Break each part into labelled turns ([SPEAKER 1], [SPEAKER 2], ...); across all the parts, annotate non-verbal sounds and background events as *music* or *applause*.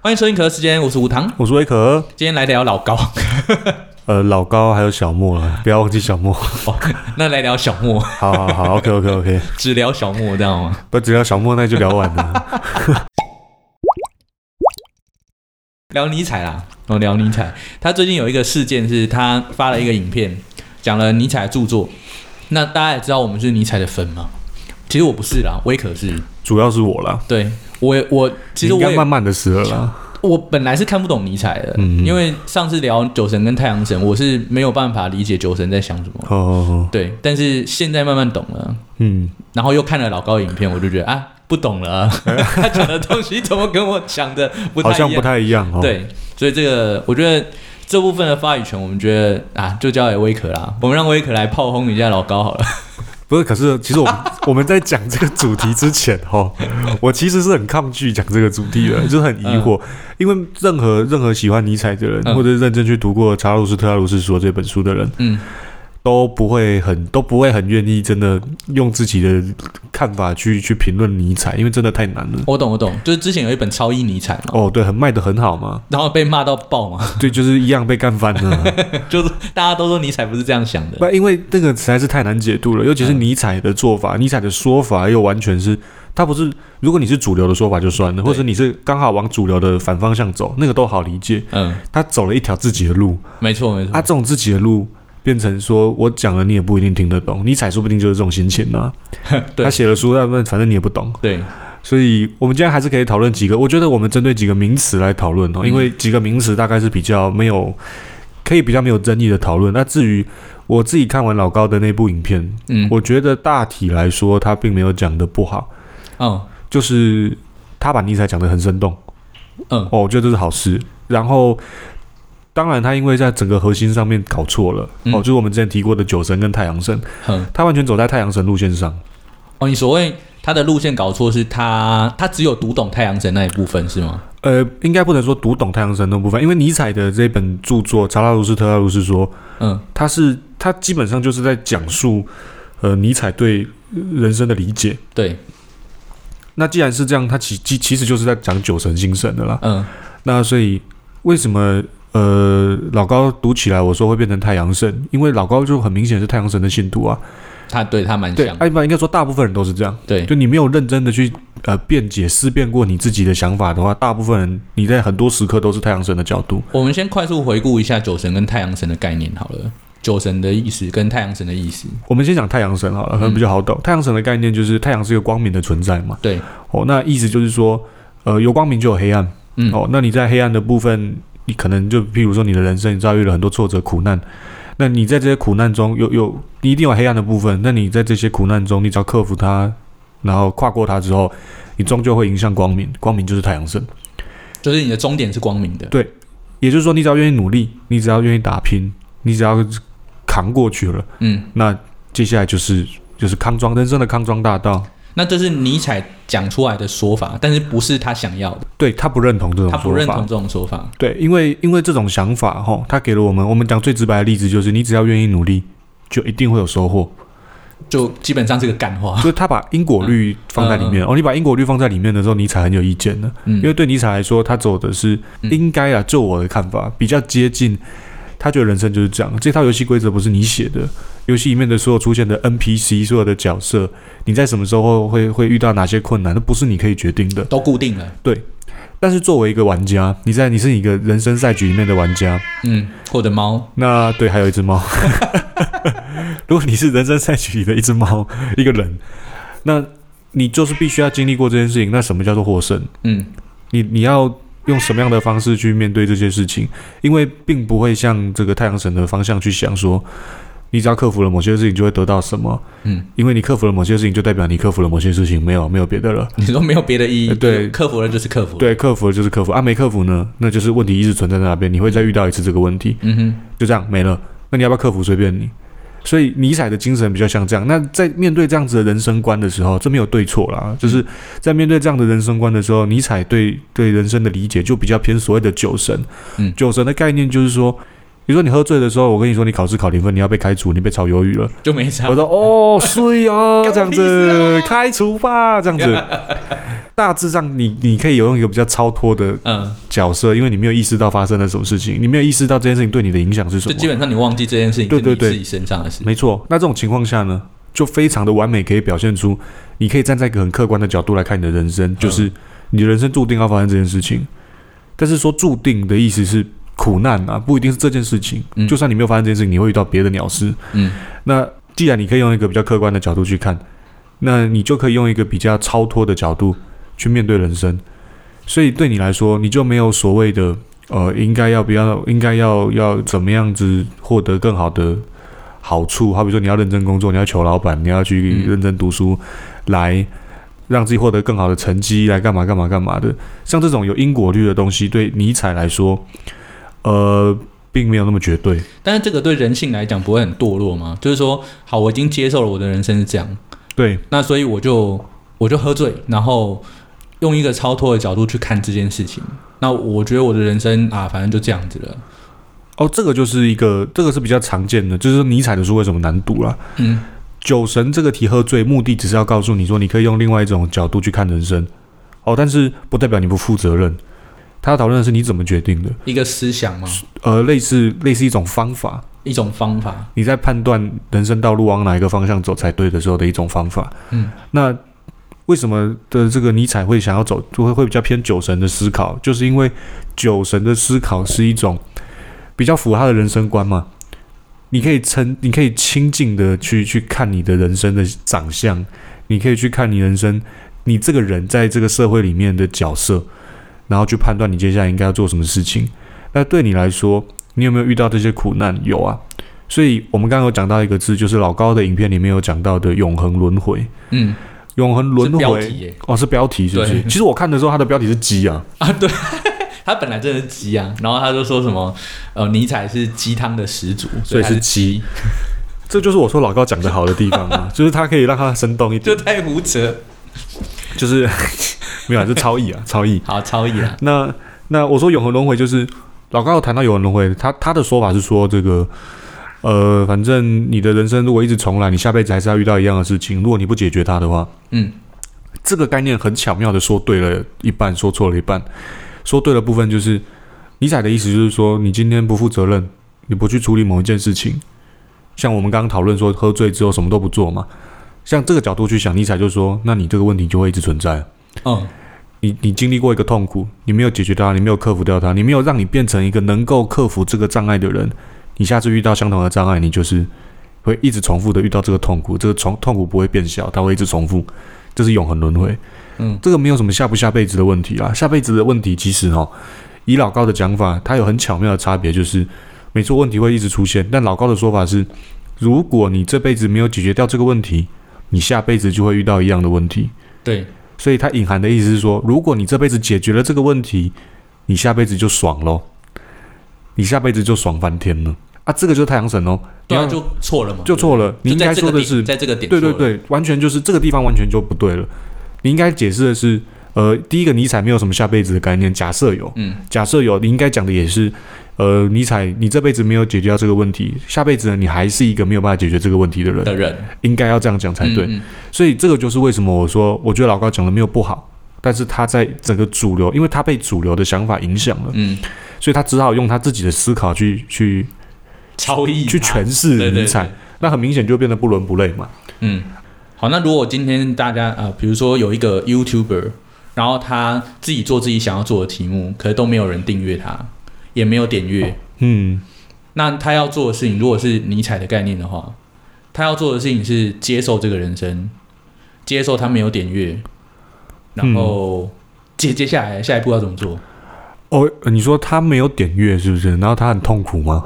[SPEAKER 1] 欢迎收听《可乐时间》，我是吴糖，
[SPEAKER 2] 我是威可，
[SPEAKER 1] 今天来聊老高， *laughs*
[SPEAKER 2] 呃，老高还有小莫了，不要忘记小莫。
[SPEAKER 1] 哦，那来聊小莫， *laughs*
[SPEAKER 2] 好好好，OK OK OK，
[SPEAKER 1] 只聊小莫，知道吗？
[SPEAKER 2] 不只要小莫那就聊完 *laughs* 了。
[SPEAKER 1] 聊尼采啦，哦，聊尼采，他最近有一个事件是他发了一个影片，讲了尼采的著作。那大家也知道我们是尼采的粉嘛？其实我不是啦，威可是，
[SPEAKER 2] 主要是我啦，
[SPEAKER 1] 对我也我其实
[SPEAKER 2] 你
[SPEAKER 1] 我
[SPEAKER 2] 应该
[SPEAKER 1] 也
[SPEAKER 2] 慢慢的死了 *laughs* 啦。
[SPEAKER 1] 我本来是看不懂尼采的，
[SPEAKER 2] 嗯
[SPEAKER 1] 因为上次聊酒神跟太阳神，我是没有办法理解酒神在想什么。
[SPEAKER 2] 哦哦，哦
[SPEAKER 1] 对，但是现在慢慢懂了，
[SPEAKER 2] 嗯，
[SPEAKER 1] 然后又看了老高影片，我就觉得啊，不懂
[SPEAKER 2] *laughs*
[SPEAKER 1] 了，他讲的东西怎么跟我想的不太
[SPEAKER 2] 好
[SPEAKER 1] 一样？
[SPEAKER 2] 像不太一样哦。，
[SPEAKER 1] 对，所以这个我觉得这部分的发语权，我们觉得啊，就交给威可啦，我们让威可来炮轰一下老高好了。 *laughs*
[SPEAKER 2] 不是，可是其实我们 *laughs* 我们在讲这个主题之前哦，我其实是很抗拒讲这个主题的，就是很疑惑，因为任何任何喜欢尼采的人，
[SPEAKER 1] 嗯
[SPEAKER 2] 或者是认真去读过查尔斯特拉卢斯说这本书的人，
[SPEAKER 1] 嗯，
[SPEAKER 2] 都不会很都不会很愿意真的用自己的看法去去评论尼采，因为真的太难了。
[SPEAKER 1] 我懂我懂，就是之前有一本超译尼采嘛，
[SPEAKER 2] 哦，对，很卖的很好嘛，
[SPEAKER 1] 然后被骂到爆嘛， *laughs*
[SPEAKER 2] 对，就是一样被干翻了。
[SPEAKER 1] 就是大家都说尼采不是这样想的。
[SPEAKER 2] 不，因为那个实在是太难解读了，尤其
[SPEAKER 1] 嗯
[SPEAKER 2] 是尼采的做法，尼采的说法又完全是，他不是，如果你是主流的说法就算了，
[SPEAKER 1] 对
[SPEAKER 2] 或者你是刚好往主流的反方向走，那个都好理解。
[SPEAKER 1] 嗯，
[SPEAKER 2] 他走了一条自己的路，
[SPEAKER 1] 没错没错。
[SPEAKER 2] 啊，这种自己的路。变成说我讲了你也不一定听得懂，尼采说不定就是这种心情呐、
[SPEAKER 1] *laughs* 对
[SPEAKER 2] 他写了书，但反正你也不懂，
[SPEAKER 1] 对，
[SPEAKER 2] 所以我们今天还是可以讨论几个，我觉得我们针对几个名词来讨论哦，
[SPEAKER 1] 嗯
[SPEAKER 2] 因为几个名词大概是比较没有，可以比较没有争议的讨论。那至于我自己看完老高的那部影片，
[SPEAKER 1] 嗯，
[SPEAKER 2] 我觉得大体来说他并没有讲的不好，
[SPEAKER 1] 哦，
[SPEAKER 2] 就是他把尼采讲得很生动
[SPEAKER 1] 嗯，
[SPEAKER 2] 哦，我觉得这是好事。然后。当然，他因为在整个核心上面搞错了、
[SPEAKER 1] 嗯
[SPEAKER 2] 哦，就是我们之前提过的酒神跟太阳神，
[SPEAKER 1] 哼，
[SPEAKER 2] 他完全走在太阳神路线上。
[SPEAKER 1] 哦，你所谓他的路线搞错是他，他只有读懂太阳神那一部分是吗？
[SPEAKER 2] 呃，应该不能说读懂太阳神的部分，因为尼采的这本著作《查拉卢斯特拉卢斯说》，
[SPEAKER 1] 嗯
[SPEAKER 2] 他是他基本上就是在讲述呃尼采对呃人生的理解。
[SPEAKER 1] 对，
[SPEAKER 2] 那既然是这样，他其其其实就是在讲酒神精神的啦。
[SPEAKER 1] 嗯
[SPEAKER 2] 那所以为什么呃老高读起来我说会变成太阳神？因为老高就很明显是太阳神的信徒啊。
[SPEAKER 1] 他对他蛮
[SPEAKER 2] 对，
[SPEAKER 1] 像，
[SPEAKER 2] 啊，一般应该说大部分人都是这样。
[SPEAKER 1] 对
[SPEAKER 2] 就你没有认真的去呃辩解思辨过你自己的想法的话，大部分人你在很多时刻都是太阳神的角度。
[SPEAKER 1] 我们先快速回顾一下酒神跟太阳神的概念好了。酒神的意思跟太阳神的意思，
[SPEAKER 2] 我们先讲太阳神好了，可能比较好懂。太阳神的概念就是太阳是一个光明的存在嘛。
[SPEAKER 1] 对，
[SPEAKER 2] 哦，那意思就是说，呃，有光明就有黑暗。
[SPEAKER 1] 嗯
[SPEAKER 2] 哦，那你在黑暗的部分，你可能就譬如说你的人生你遭遇了很多挫折苦难，那你在这些苦难中有有你一定有黑暗的部分，那你在这些苦难中，你只要克服它，然后跨过它之后，你终究会迎向光明，光明就是太阳神。
[SPEAKER 1] 就是你的终点是光明的。
[SPEAKER 2] 也就是说，你只要愿意努力，你只要愿意打拼，你只要扛过去了，
[SPEAKER 1] 嗯，
[SPEAKER 2] 那接下来就是就是康庄人生的康庄大道。
[SPEAKER 1] 那这是尼采讲出来的说法，但是不是他想要的，
[SPEAKER 2] 对他不认同这种
[SPEAKER 1] 他
[SPEAKER 2] 说法，
[SPEAKER 1] 不认同这种说法。
[SPEAKER 2] 对，因为因为这种想法哈，他给了我们，我们讲最直白的例子就是，你只要愿意努力，就一定会有
[SPEAKER 1] *laughs*
[SPEAKER 2] 收获。
[SPEAKER 1] 就基本上是个干话。
[SPEAKER 2] 所以他把因果律放在里面、哦，你把因果律放在里面的时候，尼采很有意见呢，
[SPEAKER 1] 嗯
[SPEAKER 2] 因为对尼采来说，他走的是
[SPEAKER 1] 嗯
[SPEAKER 2] 应该啊，就我的看法比较接近。他觉得人生就是这样，这套游戏规则不是你写的，游戏里面的所有出现的 NPC 所有的角色，你在什么时候会会遇到哪些困难，那不是你可以决定的。
[SPEAKER 1] 都固定了，
[SPEAKER 2] 但是作为一个玩家，你在你是一个人生赛局里面的玩家，
[SPEAKER 1] 嗯，或者猫，
[SPEAKER 2] 那对，还有一只猫。 *laughs* 如果你是人生赛局里的一只猫，一个人，那你就是必须要经历过这件事情。那什么叫做获胜？
[SPEAKER 1] 嗯，
[SPEAKER 2] 你你要用什么样的方式去面对这些事情？因为并不会像这个太阳神的方向去想说，你只要克服了某些事情就会得到什么。
[SPEAKER 1] 嗯，
[SPEAKER 2] 因为你克服了某些事情，就代表你克服了某些事情，没有没有别的了。
[SPEAKER 1] 你说没有别的意义，
[SPEAKER 2] 呃嗯 *laughs* 对
[SPEAKER 1] 克服了就是克服，，
[SPEAKER 2] 对，克服了就是克服啊，没克服呢，那就是问题一直存在在那边，你会再遇到一次这个问题。
[SPEAKER 1] 嗯哼，
[SPEAKER 2] 就这样没了。那你要不要克服？随便你。所以尼采的精神比较像这样。那在面对这样子的人生观的时候，这没有对错啦，就是在面对这样的人生观的时候，尼采对对人生的理解就比较偏所谓的酒神。
[SPEAKER 1] 嗯
[SPEAKER 2] 酒神的概念就是说，比如说你喝醉的时候，我跟你说你考试考零分，你要被开除，你被炒鱿鱼了。
[SPEAKER 1] 就没差
[SPEAKER 2] 我。说哦，睡哦，这
[SPEAKER 1] 干
[SPEAKER 2] 样
[SPEAKER 1] 我
[SPEAKER 2] 子开除吧，这样子。大致上你你可以有用一个比较超脱的
[SPEAKER 1] 嗯，
[SPEAKER 2] 角色，因为你没有意识到发生了什么事情，你没有意识到这件事情对你的影响是什
[SPEAKER 1] 就
[SPEAKER 2] 么。
[SPEAKER 1] 基本上你忘记这件事情
[SPEAKER 2] 对
[SPEAKER 1] 是你
[SPEAKER 2] 对对
[SPEAKER 1] 自己身上的事。
[SPEAKER 2] 没错，那这种情况下呢，就非常的完美，可以表现出你可以站在一个很客观的角度来看你的人生，就是你的人生注定要发生这件事情。但是说注定的意思是苦难啊，不一定是这件事情。
[SPEAKER 1] 嗯
[SPEAKER 2] 就算你没有发生这件事情，你会遇到别的鸟事。
[SPEAKER 1] 嗯
[SPEAKER 2] 那既然你可以用一个比较客观的角度去看，那你就可以用一个比较超脱的角度去面对人生。所以对你来说，你就没有所谓的呃，应该要不要，应该要要怎么样子获得更好的好处。好比说，你要认真工作，你要求老板，你要去
[SPEAKER 1] 嗯
[SPEAKER 2] 认真读书，来让自己获得更好的成绩，来干嘛干嘛干嘛的。像这种有因果律的东西，对尼采来说，呃，并没有那么绝对。
[SPEAKER 1] 但是这个对人性来讲不会很堕落吗？就是说，好，我已经接受了我的人生是这样，
[SPEAKER 2] 对，
[SPEAKER 1] 那所以我就我就喝醉，然后用一个超脱的角度去看这件事情。那我觉得我的人生啊，反正就这样子了。
[SPEAKER 2] 哦，这个就是一个，这个是比较常见的，就是说尼采的书为什么难读啦。
[SPEAKER 1] 嗯
[SPEAKER 2] 酒神这个题喝醉，目的只是要告诉你说，你可以用另外一种角度去看人生。哦，但是不代表你不负责任。他要讨论的是你怎么决定的，
[SPEAKER 1] 一个思想嘛，
[SPEAKER 2] 呃，类似类似一种方法，
[SPEAKER 1] 一种方法。
[SPEAKER 2] 你在判断人生道路往哪一个方向走才对的时候的一种方法。
[SPEAKER 1] 嗯，
[SPEAKER 2] 那为什么的这个尼采会想要走，就会会比较偏酒神的思考，就是因为酒神的思考是一种比较符合他的人生观嘛。你可以沉，你可以亲近的去去看你的人生的长相，你可以去看你人生，你这个人在这个社会里面的角色，然后去判断你接下来应该要做什么事情。那对你来说，你有没有遇到这些苦难？有啊，所以我们刚刚有讲到一个字，就是老高的影片里面有讲到的永恒轮回。
[SPEAKER 1] 嗯，
[SPEAKER 2] 永恒轮
[SPEAKER 1] 是标题
[SPEAKER 2] 回
[SPEAKER 1] 耶
[SPEAKER 2] 哦，是标题是不是
[SPEAKER 1] 对？
[SPEAKER 2] 其实我看的时候，它的标题是鸡啊，
[SPEAKER 1] 啊，对。他本来真的是鸡啊，然后他就说什么，呃，尼采是鸡汤的始祖，所以
[SPEAKER 2] 所以
[SPEAKER 1] 他
[SPEAKER 2] 是
[SPEAKER 1] 是
[SPEAKER 2] 鸡。 *laughs* 这就是我说老高讲的好的地方啊，就是它可以让它生动一
[SPEAKER 1] 就太
[SPEAKER 2] 点，
[SPEAKER 1] 胡扯。
[SPEAKER 2] 就是 *laughs* 没有啊，是超意啊，超意。
[SPEAKER 1] 好，超意
[SPEAKER 2] *laughs*
[SPEAKER 1] 啊，
[SPEAKER 2] 那那我说永恒轮回就是老高有谈到永恒轮回，他他的说法是说这个，呃，反正你的人生如果一直重来，你下辈子还是要遇到一样的事情，如果你不解决它的话，
[SPEAKER 1] 嗯，
[SPEAKER 2] 这个概念很巧妙的说对了一半，说错了一半。说对的部分就是尼采的意思，就是说你今天不负责任，你不去处理某一件事情，像我们刚刚讨论说喝醉之后什么都不做嘛，像这个角度去想，尼采就说，那你这个问题就会一直存在。
[SPEAKER 1] 嗯，
[SPEAKER 2] 你你经历过一个痛苦，你没有解决掉它，你没有克服掉它，你没有让你变成一个能够克服这个障碍的人，你下次遇到相同的障碍，你就是会一直重复的遇到这个痛苦，这个重痛苦不会变小，它会一直重复，这是永恒轮回。
[SPEAKER 1] 嗯，
[SPEAKER 2] 这个没有什么下不下辈子的问题啦，下辈子的问题其实哦，以老高的讲法，他有很巧妙的差别，就是没错，问题会一直出现，但老高的说法是，如果你这辈子没有解决掉这个问题，你下辈子就会遇到一样的问题。
[SPEAKER 1] 对，
[SPEAKER 2] 所以它隐含的意思是说，如果你这辈子解决了这个问题，你下辈子就爽喽，你下辈子就爽翻天了啊！这个就是太阳神哦，
[SPEAKER 1] 对啊，
[SPEAKER 2] 你要
[SPEAKER 1] 就错了嘛，
[SPEAKER 2] 就错了。你应该
[SPEAKER 1] 在这
[SPEAKER 2] 说
[SPEAKER 1] 个
[SPEAKER 2] 的
[SPEAKER 1] 点，
[SPEAKER 2] 是，
[SPEAKER 1] 在这个点，
[SPEAKER 2] 对对，对，完全就是这个地方完全就不对了。你应该解释的是，呃，第一个尼采没有什么下辈子的概念，假设有，
[SPEAKER 1] 嗯
[SPEAKER 2] 假设有，你应该讲的也是，呃，尼采你这辈子没有解决掉这个问题，下辈子呢你还是一个没有办法解决这个问题的人，
[SPEAKER 1] 的人
[SPEAKER 2] 应该要这样讲才对。
[SPEAKER 1] 嗯嗯
[SPEAKER 2] 所以这个就是为什么我说，我觉得老高讲的没有不好，但是他在整个主流，因为他被主流的想法影响了，
[SPEAKER 1] 嗯，
[SPEAKER 2] 所以他只好用他自己的思考去去
[SPEAKER 1] 超意啊
[SPEAKER 2] 去
[SPEAKER 1] 全
[SPEAKER 2] 诠释尼采，，
[SPEAKER 1] 对对对
[SPEAKER 2] 那很明显就变得不伦不类嘛。
[SPEAKER 1] 嗯，好，那如果今天大家啊，呃比如说有一个 YouTuber，然后他自己做自己想要做的题目，可是都没有人订阅他，也没有点阅，
[SPEAKER 2] 嗯，
[SPEAKER 1] 那他要做的事情，如果是尼采的概念的话，他要做的事情是接受这个人生，接受他没有点阅，然后接接下来下一步要怎么做？
[SPEAKER 2] 哦，你说他没有点阅是不是？然后他很痛苦吗？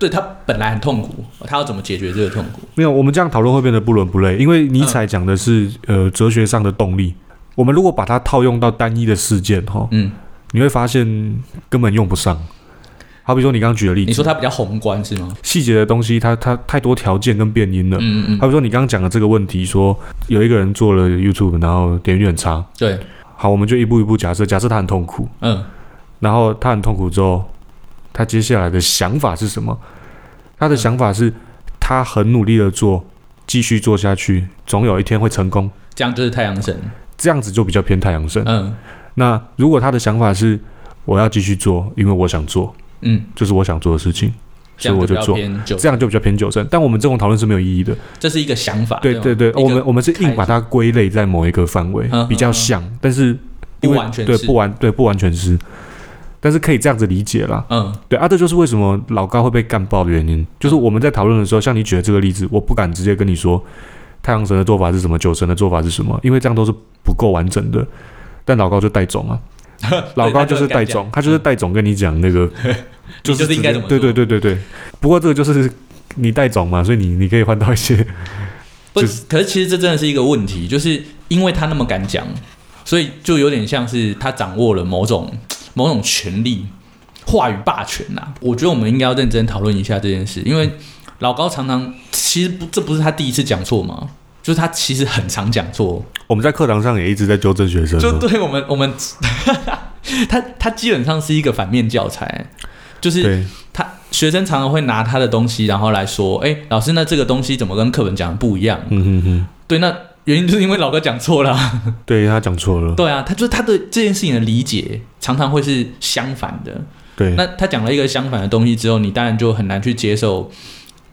[SPEAKER 1] 对他本来很痛苦，他要怎么解决这个痛苦？
[SPEAKER 2] 没有，我们这样讨论会变得不伦不类，因为尼采讲的是、呃哲学上的动力。我们如果把它套用到单一的事件哈，
[SPEAKER 1] 嗯，
[SPEAKER 2] 你会发现根本用不上。好比说你刚刚举的例子，
[SPEAKER 1] 你说他比较宏观是吗？
[SPEAKER 2] 细节的东西它，它太多条件跟变因了。
[SPEAKER 1] 嗯嗯
[SPEAKER 2] 好
[SPEAKER 1] 嗯，
[SPEAKER 2] 比说你刚刚讲的这个问题说，有一个人做了 YouTube，然后点阅率很差。
[SPEAKER 1] 对，
[SPEAKER 2] 好，我们就一步一步假设，假设他很痛苦，
[SPEAKER 1] 嗯
[SPEAKER 2] 然后他很痛苦之后，他接下来的想法是什么？他的想法是，他很努力的做，继续做下去，总有一天会成功。
[SPEAKER 1] 这样就是太阳神。
[SPEAKER 2] 这样子就比较偏太阳神。
[SPEAKER 1] 嗯
[SPEAKER 2] 那如果他的想法是我要继续做，因为我想做，
[SPEAKER 1] 嗯，
[SPEAKER 2] 这是我想做的事情，
[SPEAKER 1] 这
[SPEAKER 2] 所以
[SPEAKER 1] 样
[SPEAKER 2] 我
[SPEAKER 1] 就比
[SPEAKER 2] 就
[SPEAKER 1] 较
[SPEAKER 2] 做。
[SPEAKER 1] 偏就
[SPEAKER 2] 这样就比较偏九神，但我们这种讨论是没有意义的。
[SPEAKER 1] 这是一个想法，
[SPEAKER 2] 对对
[SPEAKER 1] 对
[SPEAKER 2] 对，
[SPEAKER 1] 吧一
[SPEAKER 2] 哦
[SPEAKER 1] 个
[SPEAKER 2] 我们我们是硬把它归类在某一个范围
[SPEAKER 1] 嗯，
[SPEAKER 2] 比较像，但是因
[SPEAKER 1] 不
[SPEAKER 2] 为
[SPEAKER 1] 完全
[SPEAKER 2] 对
[SPEAKER 1] 是
[SPEAKER 2] 不完对不完全是，但是可以这样子理解啦。
[SPEAKER 1] 嗯
[SPEAKER 2] 对啊，这就是为什么老高会被干爆的原因，就是我们在讨论的时候，像你举的这个例子，我不敢直接跟你说太阳神的做法是什么，酒神的做法是什么，因为这样都是不够完整的。但老高就
[SPEAKER 1] *laughs*
[SPEAKER 2] 带种啊，老高就是带种，他就是带种跟你讲那个，
[SPEAKER 1] 嗯你
[SPEAKER 2] *laughs*
[SPEAKER 1] 就是
[SPEAKER 2] 直接
[SPEAKER 1] 应该怎么做
[SPEAKER 2] 对对对对对。不过这个就是你带种嘛，所以你你可以换到一些
[SPEAKER 1] 不，
[SPEAKER 2] 就是
[SPEAKER 1] 可是其实这真的是一个问题，就是因为他那么敢讲，所以就有点像是他掌握了某种某种权利，话语霸权呐、我觉得我们应该要认真讨论一下这件事，因为老高常常其实不，这不是他第一次讲错吗？就是他其实很常讲错，
[SPEAKER 2] 我们在课堂上也一直在纠正学生哦
[SPEAKER 1] 就
[SPEAKER 2] 嘛，
[SPEAKER 1] 对我们我们 *laughs* 他他基本上是一个反面教材，就是
[SPEAKER 2] 对，
[SPEAKER 1] 他学生常常会拿他的东西，然后来说，哎、老师，那这个东西怎么跟课本讲的不一样？
[SPEAKER 2] 嗯嗯嗯，
[SPEAKER 1] 对，那原因就是因为老哥讲错了啊、
[SPEAKER 2] 对他讲错了，
[SPEAKER 1] 对啊，他就是他对这件事情的理解常常会是相反的。
[SPEAKER 2] 对，
[SPEAKER 1] 那他讲了一个相反的东西之后，你当然就很难去接受，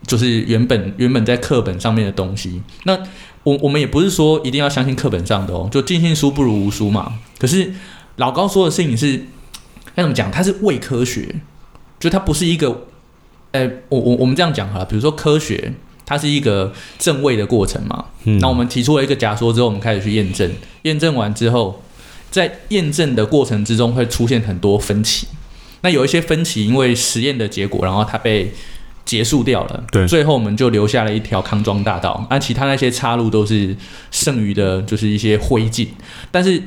[SPEAKER 1] 就是原本原本在课本上面的东西。那我我们也不是说一定要相信课本上的哦，就尽信书不如无书嘛。可是老高说的事情是，该怎么讲？它是伪科学，就它不是一个，呃，我我我们这样讲好了，比如说科学，它是一个正位的过程嘛。
[SPEAKER 2] 嗯
[SPEAKER 1] 那我们提出了一个假说之后，我们开始去验证，验证完之后，在验证的过程之中会出现很多分歧。那有一些分歧，因为实验的结果，然后它被结束掉了。
[SPEAKER 2] 对
[SPEAKER 1] 最后我们就留下了一条康庄大道，那、其他那些岔路都是剩余的，就是一些灰烬。但是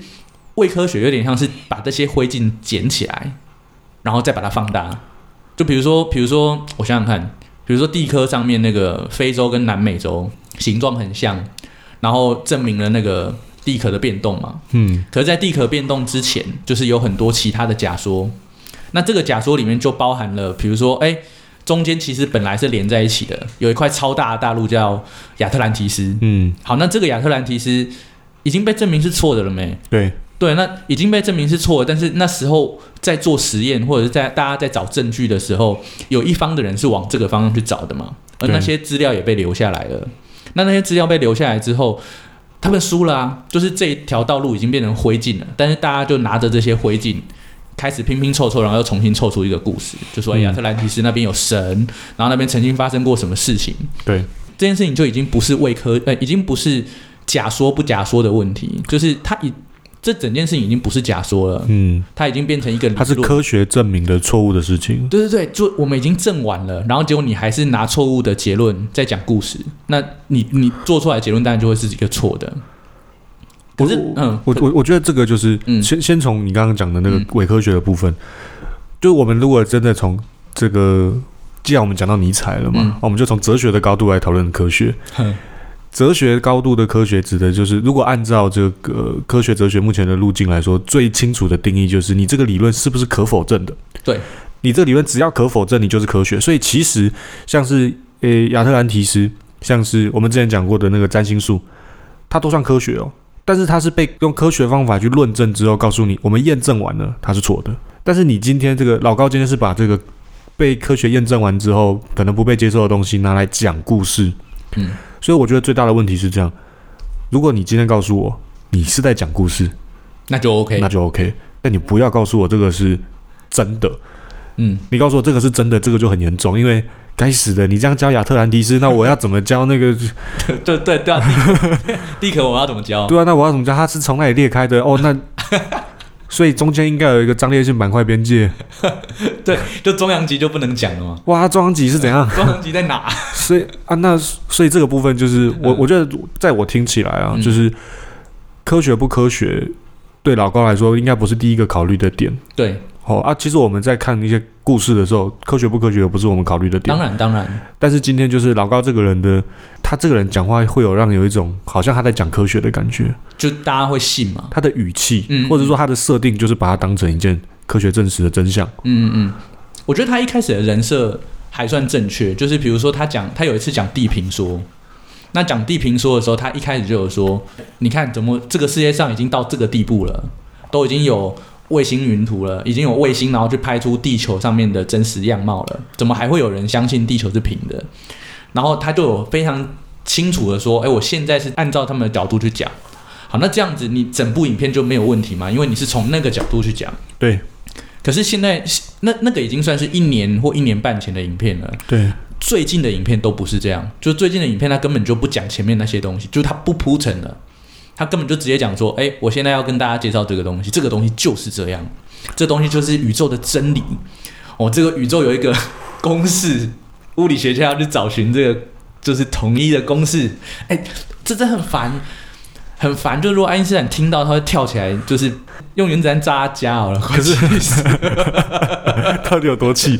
[SPEAKER 1] 伪科学有点像是把这些灰烬捡起来，然后再把它放大。就比如说，比如说，我想想看，比如说地科上面那个非洲跟南美洲形状很像，然后证明了那个地壳的变动嘛。
[SPEAKER 2] 嗯
[SPEAKER 1] 可是，在地壳变动之前，就是有很多其他的假说。那这个假说里面就包含了，比如说，哎、中间其实本来是连在一起的，有一块超大的大陆叫亚特兰提斯。
[SPEAKER 2] 嗯，
[SPEAKER 1] 好，那这个亚特兰提斯已经被证明是错的了没？
[SPEAKER 2] 对，
[SPEAKER 1] 对，那已经被证明是错的，但是那时候在做实验或者是在大家在找证据的时候，有一方的人是往这个方向去找的嘛，而
[SPEAKER 2] 对
[SPEAKER 1] 那些资料也被留下来了。那那些资料被留下来之后，他们输了啊，就是这一条道路已经变成灰烬了，但是大家就拿着这些灰烬。开始拼拼凑凑，然后又重新凑出一个故事，就说哎
[SPEAKER 2] 嗯
[SPEAKER 1] 亚特兰提斯那边有神，然后那边曾经发生过什么事情，
[SPEAKER 2] 对，
[SPEAKER 1] 这件事情就已经不是伪科，呃，已经不是假说不假说的问题，就是它已这整件事情已经不是假说了，
[SPEAKER 2] 嗯，
[SPEAKER 1] 它已经变成一个理
[SPEAKER 2] 它是
[SPEAKER 1] 论
[SPEAKER 2] 科学证明的错误的事情，
[SPEAKER 1] 对对对，就我们已经证完了，然后结果你还是拿错误的结论在讲故事，那你你做出来的结论当然就会是一个错的。可
[SPEAKER 2] 我
[SPEAKER 1] 是，嗯，
[SPEAKER 2] 我我我觉得这个就是
[SPEAKER 1] 嗯
[SPEAKER 2] 先先从你刚刚讲的那个
[SPEAKER 1] 嗯
[SPEAKER 2] 伪科学的部分，就我们如果真的从这个，既然我们讲到尼采了嘛，
[SPEAKER 1] 嗯
[SPEAKER 2] 那我们就从哲学的高度来讨论科学
[SPEAKER 1] 哼。
[SPEAKER 2] 哲学高度的科学指的就是，如果按照这个呃科学哲学目前的路径来说，最清楚的定义就是你这个理论是不是可否证的。
[SPEAKER 1] 对，
[SPEAKER 2] 你这个理论只要可否证，你就是科学。所以其实像是呃亚特兰提斯，像是我们之前讲过的那个占星术，它都算科学哦。但是它是被用科学方法去论证之后，告诉你我们验证完了它是错的。但是你今天这个老高今天是把这个被科学验证完之后，可能不被接受的东西拿来讲故事。
[SPEAKER 1] 嗯，
[SPEAKER 2] 所以我觉得最大的问题是这样：如果你今天告诉我你是在讲故事，
[SPEAKER 1] 那就 OK，
[SPEAKER 2] 那就 OK。但你不要告诉我这个是真的，
[SPEAKER 1] 嗯，
[SPEAKER 2] 你告诉我这个是真的，这个就很严重，因为该死的，你这样教亚特
[SPEAKER 1] *laughs*
[SPEAKER 2] 兰提斯，那我要怎么教那个？
[SPEAKER 1] 对对对啊，地壳地壳我要怎么教？
[SPEAKER 2] 对啊，那我要怎么教？它是从哪里裂开的？哦，那 *laughs* 所以中间应该有一个张裂性板块边界。
[SPEAKER 1] 对，就中央级就不能讲了嘛，
[SPEAKER 2] 哇，它中央极是
[SPEAKER 1] *laughs*
[SPEAKER 2] 怎样？
[SPEAKER 1] 中央级在哪？
[SPEAKER 2] 所以啊，那所以这个部分就是我，
[SPEAKER 1] 嗯
[SPEAKER 2] 我觉得在我听起来啊，
[SPEAKER 1] 嗯
[SPEAKER 2] 就是科学不科学，对老高来说应该不是第一个考虑的点。
[SPEAKER 1] 对，
[SPEAKER 2] 哦啊，其实我们在看一些故事的时候，科学不科学不是我们考虑的点
[SPEAKER 1] 当。然当然，
[SPEAKER 2] 但是今天就是老高这个人的，他这个人讲话会有让有一种好像他在讲科学的感觉，
[SPEAKER 1] 就大家会信嘛，
[SPEAKER 2] 他的语气，
[SPEAKER 1] 嗯
[SPEAKER 2] 或者说他的设定，就是把它当成一件科学证实的真相。
[SPEAKER 1] 嗯嗯，嗯，我觉得他一开始的人设还算正确，就是比如说他讲，他有一次讲地平说，那讲地平说的时候，他一开始就有说，你看怎么这个世界上已经到这个地步了，都已经有卫星云图了，已经有卫星然后去拍出地球上面的真实样貌了，怎么还会有人相信地球是平的？然后他就有非常清楚的说，哎，我现在是按照他们的角度去讲。好，那这样子你整部影片就没有问题嘛？因为你是从那个角度去讲。
[SPEAKER 2] 对
[SPEAKER 1] 可是现在那那个已经算是一年或一年半前的影片了，
[SPEAKER 2] 对，
[SPEAKER 1] 最近的影片都不是这样，就最近的影片它根本就不讲前面那些东西，就是它不铺陈了，它根本就直接讲说，哎、我现在要跟大家介绍这个东西，这个东西就是这样，这东西就是宇宙的真理。哦，这个宇宙有一个 *laughs* 公式，物理学家要去找寻这个就是统一的公式，哎、这真的很烦。很烦，就如果爱因斯坦听到，他会跳起来，就是用原子弹炸他家好了。可是，
[SPEAKER 2] *laughs* 到底有
[SPEAKER 1] *laughs*
[SPEAKER 2] 多气？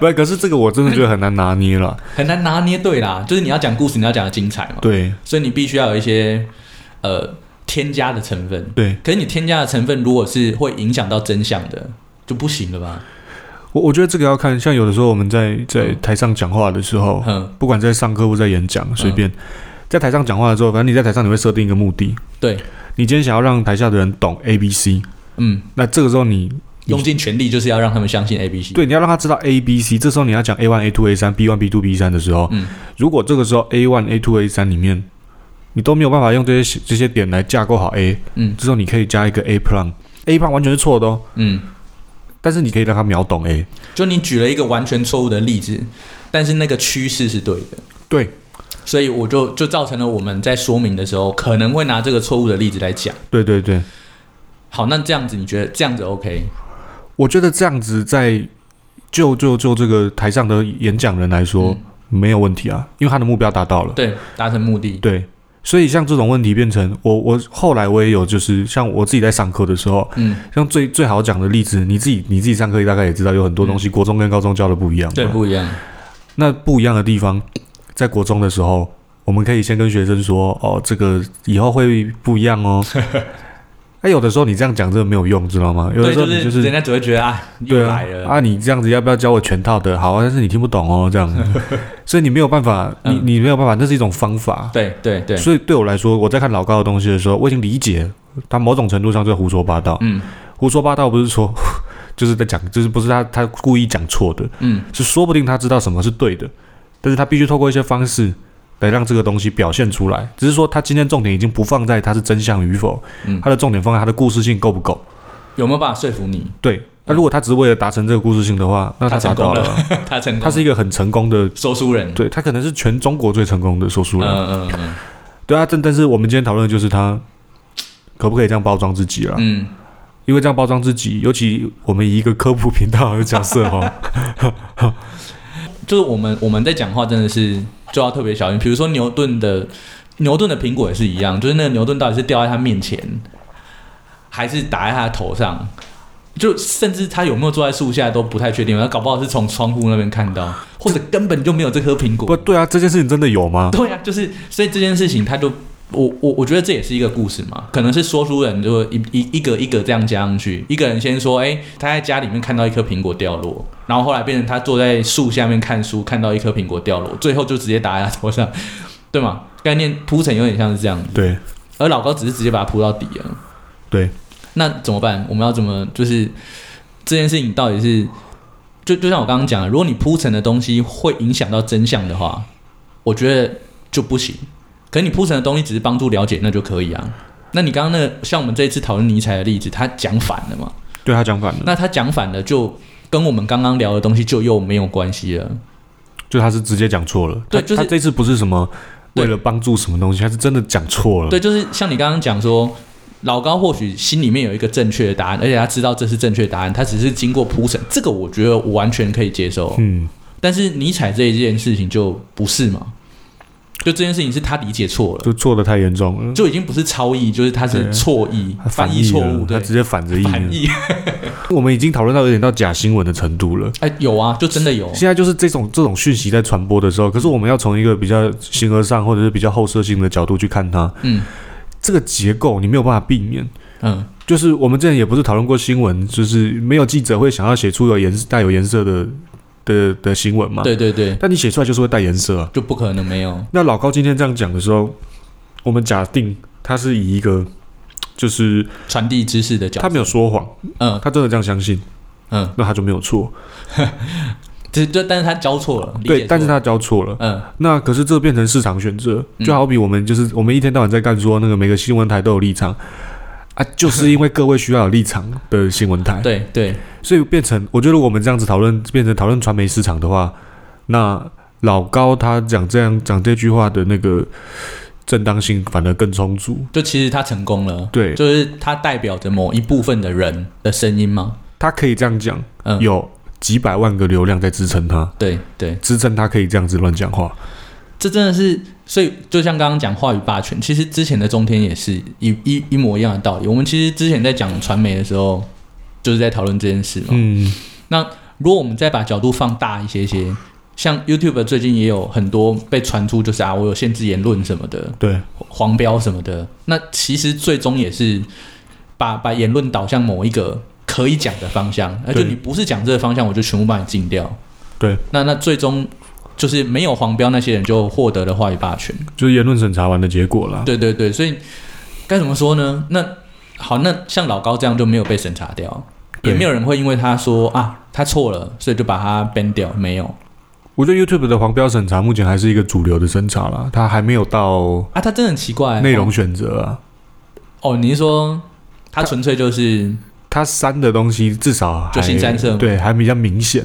[SPEAKER 2] 不，可是这个我真的觉得很难拿捏了。
[SPEAKER 1] 很难拿捏对啦，就是你要讲故事，你要讲的精彩嘛，
[SPEAKER 2] 对
[SPEAKER 1] 所以你必须要有一些呃添加的成分。
[SPEAKER 2] 对，
[SPEAKER 1] 可是你添加的成分如果是会影响到真相的，就不行了吧？
[SPEAKER 2] 我我觉得这个要看，像有的时候我们在在台上讲话的时候，
[SPEAKER 1] 嗯，
[SPEAKER 2] 不管在上课或在演讲，随便在台上讲话的时候，反正你在台上你会设定一个目的，
[SPEAKER 1] 对，
[SPEAKER 2] 你今天想要让台下的人懂 A、B、C，
[SPEAKER 1] 嗯，
[SPEAKER 2] 那这个时候你
[SPEAKER 1] 用尽全力就是要让他们相信 A B C。
[SPEAKER 2] 对，你要让他知道 A、B、C。这时候你要讲 A one、A two、A 三、B one、B two、B 三的时候，
[SPEAKER 1] 嗯
[SPEAKER 2] 如果这个时候 A one、A two、A 三里面你都没有办法用这些这些点来架构好 A，
[SPEAKER 1] 嗯
[SPEAKER 2] 这时候你可以加一个 A plan，A plan 完全是错的哦，
[SPEAKER 1] 嗯，
[SPEAKER 2] 但是你可以让他秒懂 A。
[SPEAKER 1] 就你举了一个完全错误的例子，但是那个趋势是对的。
[SPEAKER 2] 对，
[SPEAKER 1] 所以我就就造成了我们在说明的时候可能会拿这个错误的例子来讲。
[SPEAKER 2] 对对对，
[SPEAKER 1] 好，那这样子你觉得这样子 OK？
[SPEAKER 2] 我觉得这样子在就就就这个台上的演讲人来说、没有问题啊，因为他的目标达到了。
[SPEAKER 1] 对，达成目的。
[SPEAKER 2] 对，所以像这种问题变成我我后来我也有就是像我自己在上课的时候，
[SPEAKER 1] 嗯，
[SPEAKER 2] 像最最好讲的例子，你自己你自己上课大概也知道，有很多东西国中跟高中教的不一样嘛。
[SPEAKER 1] 对，不一样。
[SPEAKER 2] 那不一样的地方，在国中的时候，我们可以先跟学生说，哦，这个以后会不一样哦。那、有的时候你这样讲真的没有用，知道吗？有的
[SPEAKER 1] 对，
[SPEAKER 2] 时候
[SPEAKER 1] 就
[SPEAKER 2] 你
[SPEAKER 1] 是
[SPEAKER 2] 就是
[SPEAKER 1] 人家只会觉得啊，又
[SPEAKER 2] 对啊
[SPEAKER 1] 来了，
[SPEAKER 2] 啊，你这样子要不要教我全套的？好啊，但是你听不懂哦，这
[SPEAKER 1] *laughs*
[SPEAKER 2] 样，所以你没有办法，你
[SPEAKER 1] 嗯
[SPEAKER 2] 你没有办法，那是一种方法。
[SPEAKER 1] 对对对，
[SPEAKER 2] 所以对我来说，我在看老高的东西的时候，我已经理解他某种程度上在胡说八道。
[SPEAKER 1] 嗯
[SPEAKER 2] 胡说八道不是说 *laughs* 就是在讲，就是不是他他故意讲错的，
[SPEAKER 1] 嗯
[SPEAKER 2] 是说不定他知道什么是对的，但是他必须透过一些方式来让这个东西表现出来。只是说他今天重点已经不放在它是真相与否，
[SPEAKER 1] 嗯
[SPEAKER 2] 他的重点放在他的故事性够不够。
[SPEAKER 1] 有没有办法说服你？
[SPEAKER 2] 对，那如果他只是为了达成这个故事性的话，那
[SPEAKER 1] 他成
[SPEAKER 2] 达到
[SPEAKER 1] 功
[SPEAKER 2] 了
[SPEAKER 1] 了。， *laughs* 他成功了，
[SPEAKER 2] 他是一个很成功的，
[SPEAKER 1] 说书人，
[SPEAKER 2] 对他可能是全中国最成功的说
[SPEAKER 1] 嗯
[SPEAKER 2] 书人。
[SPEAKER 1] 嗯嗯
[SPEAKER 2] 对啊，但但是我们今天讨论的就是他可不可以这样包装自己啦？
[SPEAKER 1] 嗯，
[SPEAKER 2] 因为这样包装自己，尤其我们以一个科普频道的角色哈，
[SPEAKER 1] *laughs* 就是我们我们在讲话真的是就要特别小心，比如说牛顿的牛顿的苹果也是一样，就是那个牛顿到底是掉在他面前，还是打在他的头上？就甚至他有没有坐在树下都不太确定，他搞不好是从窗户那边看到，或者根本就没有这颗苹果
[SPEAKER 2] 不。对啊，这件事情真的有吗？
[SPEAKER 1] *laughs* 对啊，就是所以这件事情，他就我我我觉得这也是一个故事嘛，可能是说书人就一一一个一个这样加上去，一个人先说，哎、他在家里面看到一颗苹果掉落，然后后来变成他坐在树下面看书，看到一颗苹果掉落，最后就直接打在他头上，对吗？概念铺陈有点像是这样子，
[SPEAKER 2] 对
[SPEAKER 1] 而老高只是直接把它铺到底了。
[SPEAKER 2] 对，
[SPEAKER 1] 那怎么办？我们要怎么就是这件事情到底是就就像我刚刚讲的，如果你铺陈的东西会影响到真相的话，我觉得就不行。可是你铺陈的东西只是帮助了解，那就可以啊。那你刚刚那个像我们这一次讨论尼采的例子，他讲反了嘛？
[SPEAKER 2] 对他讲反了，
[SPEAKER 1] 那他讲反了就。跟我们刚刚聊的东西就又没有关系了，
[SPEAKER 2] 就他是直接讲错了。
[SPEAKER 1] 对
[SPEAKER 2] 他
[SPEAKER 1] 就是
[SPEAKER 2] 他这次不是什么
[SPEAKER 1] 对
[SPEAKER 2] 为了帮助什么东西，他是真的讲错了。
[SPEAKER 1] 对，就是像你刚刚讲说，老高或许心里面有一个正确的答案，而且他知道这是正确答案，他只是经过铺陈，这个我觉得我完全可以接受。
[SPEAKER 2] 嗯，
[SPEAKER 1] 但是尼采这一件事情就不是嘛？就这件事情是他理解错了，
[SPEAKER 2] 就错的太严重了，
[SPEAKER 1] 就已经不是超译，就是他是
[SPEAKER 2] 对
[SPEAKER 1] 错译
[SPEAKER 2] 他，
[SPEAKER 1] 翻
[SPEAKER 2] 反
[SPEAKER 1] 译
[SPEAKER 2] 译
[SPEAKER 1] 错
[SPEAKER 2] 了
[SPEAKER 1] 误，
[SPEAKER 2] 他
[SPEAKER 1] 对，
[SPEAKER 2] 直接反着译了。
[SPEAKER 1] 反译。 *laughs*
[SPEAKER 2] 我们已经讨论到有点到假新闻的程度了。
[SPEAKER 1] 哎，有啊，就真的有，
[SPEAKER 2] 哦现在就是这种这种讯息在传播的时候，可是我们要从一个比较形而上或者是比较后设性的角度去看它，
[SPEAKER 1] 嗯
[SPEAKER 2] 这个结构你没有办法避免。
[SPEAKER 1] 嗯，
[SPEAKER 2] 就是我们之前也不是讨论过新闻，就是没有记者会想要写出有颜带有颜色的的的行文嘛。
[SPEAKER 1] 对对对，
[SPEAKER 2] 但你写出来就是会带颜色啊。
[SPEAKER 1] 就不可能没有。
[SPEAKER 2] 那老高今天这样讲的时候，我们假定他是以一个就是
[SPEAKER 1] 传递知识的角
[SPEAKER 2] 他
[SPEAKER 1] 度，
[SPEAKER 2] 没有说谎，
[SPEAKER 1] 嗯
[SPEAKER 2] 他真的这样相信，
[SPEAKER 1] 嗯，
[SPEAKER 2] 那他就没有错。
[SPEAKER 1] 只就但是他教错了，理解
[SPEAKER 2] 对，
[SPEAKER 1] 错
[SPEAKER 2] 但是
[SPEAKER 1] 了
[SPEAKER 2] 他教错了。
[SPEAKER 1] 嗯
[SPEAKER 2] 那可是这变成市场选择，
[SPEAKER 1] 嗯
[SPEAKER 2] 就好比我们就是我们一天到晚在干说那个每个新闻台都有立场啊，就是因为各位需要有立场的新闻台，
[SPEAKER 1] 对对
[SPEAKER 2] 所以变成我觉得我们这样子讨论变成讨论传媒市场的话，那老高他讲这样讲这句话的那个正当性反而更充足，
[SPEAKER 1] 就其实他成功了，
[SPEAKER 2] 对
[SPEAKER 1] 就是他代表着某一部分的人的声音嘛。
[SPEAKER 2] 他可以这样讲，
[SPEAKER 1] 嗯，
[SPEAKER 2] 有几百万个流量在支撑他，
[SPEAKER 1] 对对，
[SPEAKER 2] 支撑他可以这样子乱讲话，
[SPEAKER 1] 这真的是，所以就像刚刚讲话语霸权，其实之前的中天也是一一一模一样的道理。我们其实之前在讲传媒的时候，就是在讨论这件事嘛。
[SPEAKER 2] 嗯，
[SPEAKER 1] 如果我们再把角度放大一些些，像 YouTube 最近也有很多被传出，就是啊，我有限制言论什么的，
[SPEAKER 2] 对，
[SPEAKER 1] 黄标什么的。那其实最终也是把把言论导向某一个可以讲的方向，而就
[SPEAKER 2] 对
[SPEAKER 1] 你不是讲这个方向，我就全部把你禁掉。
[SPEAKER 2] 对，
[SPEAKER 1] 那那最终就是没有黄标那些人就获得了话语霸权。
[SPEAKER 2] 就是言论审查完的结果啦。
[SPEAKER 1] 对对对，所以该怎么说呢？那好，那像老高这样就没有被审查掉，也
[SPEAKER 2] 对
[SPEAKER 1] 没有人会因为他说啊他错了，所以就把他 ban 掉，没有
[SPEAKER 2] 我觉得 YouTube 的黄标审查目前还是一个主流的审查啦，它还没有到
[SPEAKER 1] 啊，他真的很奇怪
[SPEAKER 2] 内容选择啊。
[SPEAKER 1] 哦，你是说他纯粹就是，
[SPEAKER 2] 它删的东西至少还
[SPEAKER 1] 就新三色嘛
[SPEAKER 2] 对，还比较明显。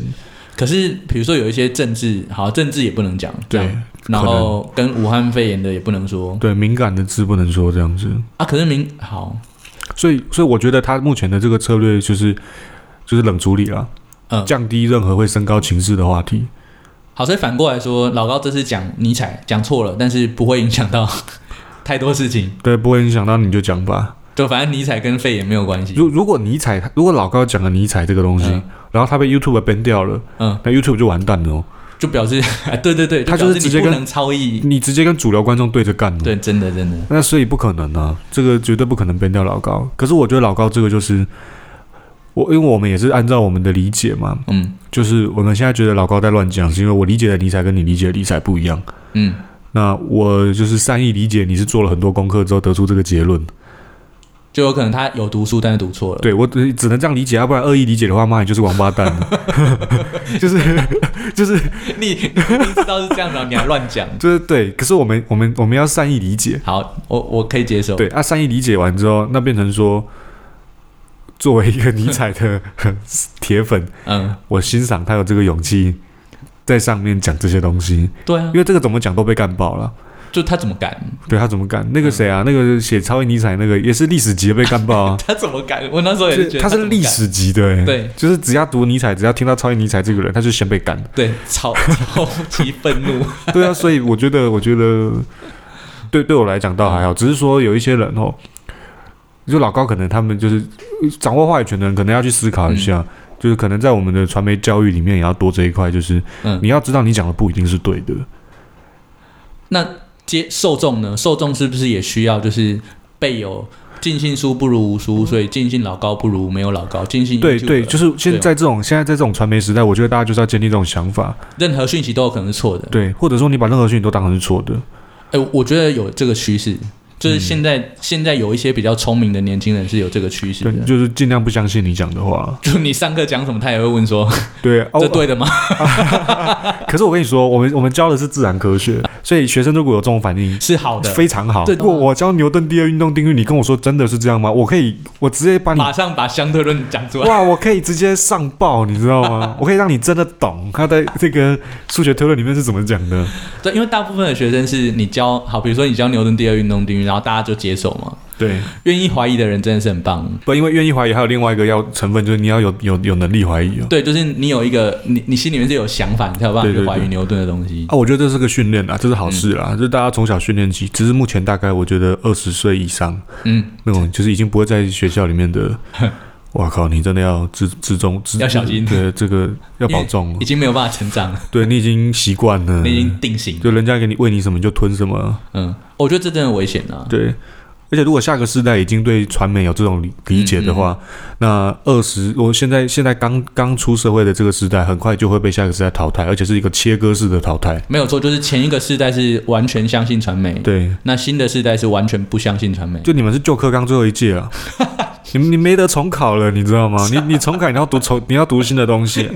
[SPEAKER 1] 可是比如说有一些政治，好政治也不能讲，这样
[SPEAKER 2] 对
[SPEAKER 1] 然后跟武汉肺炎的也不能说
[SPEAKER 2] 对，敏感的字不能说这样子。
[SPEAKER 1] 啊，可是明好
[SPEAKER 2] 所以，所以我觉得它目前的这个策略就是就是冷处理啦，
[SPEAKER 1] 嗯
[SPEAKER 2] 降低任何会升高情势的话题。
[SPEAKER 1] 好，所以反过来说，老高这次讲尼采讲错了，但是不会影响到 *laughs* 太多事情，
[SPEAKER 2] 对，不会影响到你就讲吧。
[SPEAKER 1] 就反正尼采跟肺炎没有关系，
[SPEAKER 2] 如如果尼采，如果老高讲了尼采这个东西，
[SPEAKER 1] 嗯
[SPEAKER 2] 然后他被 YouTube ban 掉了，
[SPEAKER 1] 嗯，
[SPEAKER 2] 那 YouTube 就完蛋了、哦。
[SPEAKER 1] 就表示 *laughs* 啊对对对，
[SPEAKER 2] 他就是
[SPEAKER 1] 表示
[SPEAKER 2] 直接
[SPEAKER 1] 你不
[SPEAKER 2] 跟嗯
[SPEAKER 1] 能超意，
[SPEAKER 2] 你直接跟主流观众对着干、哦。
[SPEAKER 1] 对，真的真的，
[SPEAKER 2] 那所以不可能啊，这个绝对不可能变掉老高。可是我觉得老高这个就是我，因为我们也是按照我们的理解嘛，
[SPEAKER 1] 嗯
[SPEAKER 2] 就是我们现在觉得老高在乱讲，是因为我理解的理财跟你理解的理财不一样。
[SPEAKER 1] 嗯，
[SPEAKER 2] 那我就是善意理解你是做了很多功课之后得出这个结论，
[SPEAKER 1] 就有可能他有读书，但是读错了，
[SPEAKER 2] 对我只只能这样理解，要不然恶意理解的话，妈你就是王八蛋，就是就是
[SPEAKER 1] *laughs* 你你知道是这样的，你还乱讲。
[SPEAKER 2] 就是对。可是我们我们我们要善意理解，
[SPEAKER 1] 好，我我可以接受。
[SPEAKER 2] 对啊，善意理解完之后，那变成说，作为一个尼采的 *laughs* 铁粉，
[SPEAKER 1] 嗯，
[SPEAKER 2] 我欣赏他有这个勇气在上面讲这些东西，
[SPEAKER 1] 对啊
[SPEAKER 2] 因，为这个怎么讲都被干爆了。
[SPEAKER 1] 就他怎么敢？，
[SPEAKER 2] 对他怎么干？那个谁啊，那个写超越尼采那个也是历史级的被干爆啊
[SPEAKER 1] *laughs* 他怎么敢？我那时候
[SPEAKER 2] 就
[SPEAKER 1] 也是觉
[SPEAKER 2] 是
[SPEAKER 1] 得
[SPEAKER 2] 他
[SPEAKER 1] 怎
[SPEAKER 2] 是
[SPEAKER 1] 么
[SPEAKER 2] 历史级的、欸，
[SPEAKER 1] 敢，对
[SPEAKER 2] 就是只要读尼采，只要听到超越尼采这个人，他就先被干。
[SPEAKER 1] 对，超 *laughs* 超级愤怒。
[SPEAKER 2] 对啊，所以我觉得，我觉得对对我来讲倒还好，只是说有一些人哦，就老高可能他们就是呃掌握话语权的人，可能要去思考一下，
[SPEAKER 1] 嗯
[SPEAKER 2] 就是可能在我们的传媒教育里面也要多这一块，就是
[SPEAKER 1] 嗯
[SPEAKER 2] 你要知道你讲的不一定是对的，
[SPEAKER 1] 那接受众呢？受众是不是也需要就是备有尽信书不如无书，所以尽信老高不如没有老高，尽信呃
[SPEAKER 2] 对
[SPEAKER 1] YouTuber
[SPEAKER 2] 对，啊就是现
[SPEAKER 1] 对
[SPEAKER 2] 在这种现在在这种传媒时代，我觉得大家就是要建立这种想法，
[SPEAKER 1] 任何讯息都有可能是错的。
[SPEAKER 2] 对，或者说你把任何事情都当成是错的，
[SPEAKER 1] 哎、我觉得有这个趋势，
[SPEAKER 2] 嗯
[SPEAKER 1] 就是现在、现在有一些比较聪明的年轻人是有这个趋势
[SPEAKER 2] 对，
[SPEAKER 1] 的。
[SPEAKER 2] 就是尽量不相信你讲的话，
[SPEAKER 1] *laughs* 就你上课讲什么，他也会问说
[SPEAKER 2] 对，哦
[SPEAKER 1] 这，对的吗？ *laughs*
[SPEAKER 2] 可是我跟你说，我们我们教的是自然科 *laughs* 学，所以学生如果有这种反应，
[SPEAKER 1] 是好的，
[SPEAKER 2] 非常好。
[SPEAKER 1] 对
[SPEAKER 2] 如果我教牛顿第二运动定律，你跟我说真的是这样吗？我可以，我直接把你
[SPEAKER 1] 马上把相对论讲出来。
[SPEAKER 2] 哇，我可以直接上报，你知道吗？我可以让你真的懂他在这个数学推论里面是怎么讲的。
[SPEAKER 1] 对，因为大部分的学生是你教好，比如说你教牛顿第二运动定律，然后大家就接受嘛。
[SPEAKER 2] 对，
[SPEAKER 1] 愿意怀疑的人真的是很棒。
[SPEAKER 2] 不，因为愿意怀疑还有另外一个要成分，就是你要有有有能力怀疑哦。
[SPEAKER 1] 对，就是你有一个你你心里面是有想法，你才有办法去
[SPEAKER 2] 对对对
[SPEAKER 1] 怀疑牛顿的东西。
[SPEAKER 2] 啊，我觉得这是个训练啊，这是好事啦，
[SPEAKER 1] 嗯
[SPEAKER 2] 就是大家从小训练起。只是目前大概我觉得二十岁以上
[SPEAKER 1] 嗯，
[SPEAKER 2] 那种，就是已经不会在学校里
[SPEAKER 1] *laughs*
[SPEAKER 2] 面的。哇靠！你真的要自自重，自
[SPEAKER 1] 要小心
[SPEAKER 2] 对这个要保重
[SPEAKER 1] 已。经没有办法成长了，
[SPEAKER 2] 对你已经习惯了，
[SPEAKER 1] 你已经定型。
[SPEAKER 2] 就人家给你喂你什么你就吞什么，
[SPEAKER 1] 嗯，我觉得这真的危险啊。
[SPEAKER 2] 对。而且如果下个世代已经对传媒有这种理理解的
[SPEAKER 1] 嗯
[SPEAKER 2] 话，那二十我现在现在刚刚出社会的这个时代，很快就会被下个时代淘汰，而且是一个切割式的淘汰。
[SPEAKER 1] 没有错，就是前一个世代是完全相信传媒，
[SPEAKER 2] 对，
[SPEAKER 1] 那新的世代是完全不相信传媒。
[SPEAKER 2] 就你们是旧课纲最后一届 *laughs* 啊，你们你没得重考了，你知道吗？你 *laughs* 你重考你要读重你要读新的东 *laughs* 西，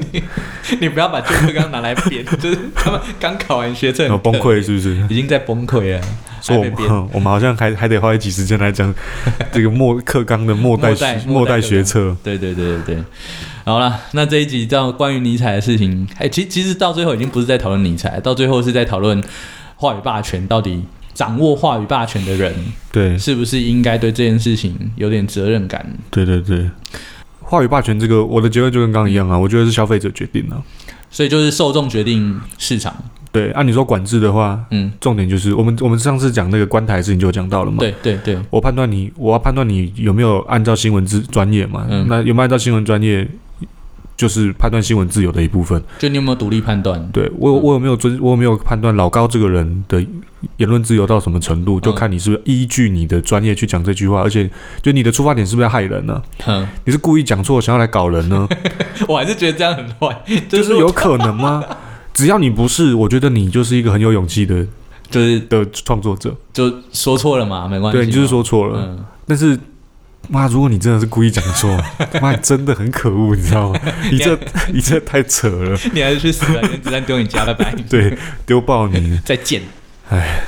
[SPEAKER 1] 你不要把旧课纲拿来编，就是他们刚考完学证
[SPEAKER 2] 有哦崩，溃是不是？
[SPEAKER 1] 已经在崩溃了，
[SPEAKER 2] 所以我
[SPEAKER 1] 还被编
[SPEAKER 2] 们 *laughs* 我们好像还还得花一集时间来 *laughs* 讲这个末课纲的末代
[SPEAKER 1] 末代
[SPEAKER 2] 末
[SPEAKER 1] 末代
[SPEAKER 2] 代
[SPEAKER 1] 课纲
[SPEAKER 2] 学测。
[SPEAKER 1] 对对对对对，好了，那这一集到关于尼采的事情，哎、其其实到最后已经不是在讨论尼采，到最后是在讨论话语霸权到底掌握话语霸权的人
[SPEAKER 2] 对
[SPEAKER 1] 是不是应该对这件事情有点责任感？
[SPEAKER 2] 对对对，话语霸权这个，我的结论就跟刚刚一样啊，我觉得是消费者决定的、
[SPEAKER 1] 所以就是受众决定市场，
[SPEAKER 2] 对，按、你说管制的话，
[SPEAKER 1] 嗯，
[SPEAKER 2] 重点就是我们我们上次讲那个观台的事情就有讲到了嘛。，
[SPEAKER 1] 对对对，
[SPEAKER 2] 我判断你，我要判断你有没有按照新闻之专业嘛？
[SPEAKER 1] 嗯
[SPEAKER 2] 那有没有按照新闻专业，就是判断新闻自由的一部分。
[SPEAKER 1] 就你有没有独立判断？
[SPEAKER 2] 对我，
[SPEAKER 1] 嗯
[SPEAKER 2] 我有没有遵，我有没有判断老高这个人的言论自由到什么程度，就
[SPEAKER 1] 嗯
[SPEAKER 2] 看你是不是依据你的专业去讲这句话，而且就你的出发点是不是要害人呢、
[SPEAKER 1] 哼，
[SPEAKER 2] 你是故意讲错，想要来搞人呢？
[SPEAKER 1] 我还是觉得这样很坏，*laughs*
[SPEAKER 2] 就
[SPEAKER 1] 就是是
[SPEAKER 2] 有可能吗？只要你不是，我觉得你就是一个很有勇气的
[SPEAKER 1] 就是
[SPEAKER 2] 的创作者。
[SPEAKER 1] 就说错了嘛，没关系嘛。
[SPEAKER 2] 对，你就是说错了。
[SPEAKER 1] 嗯，
[SPEAKER 2] 但是，妈，如果你真的是故意讲错，妈，你真的很可恶，你知道吗？你这你这太扯了，
[SPEAKER 1] *laughs* 你还是去死吧，原子弹丢你家，拜拜。
[SPEAKER 2] 对，丢爆你。
[SPEAKER 1] 再见。
[SPEAKER 2] 唉，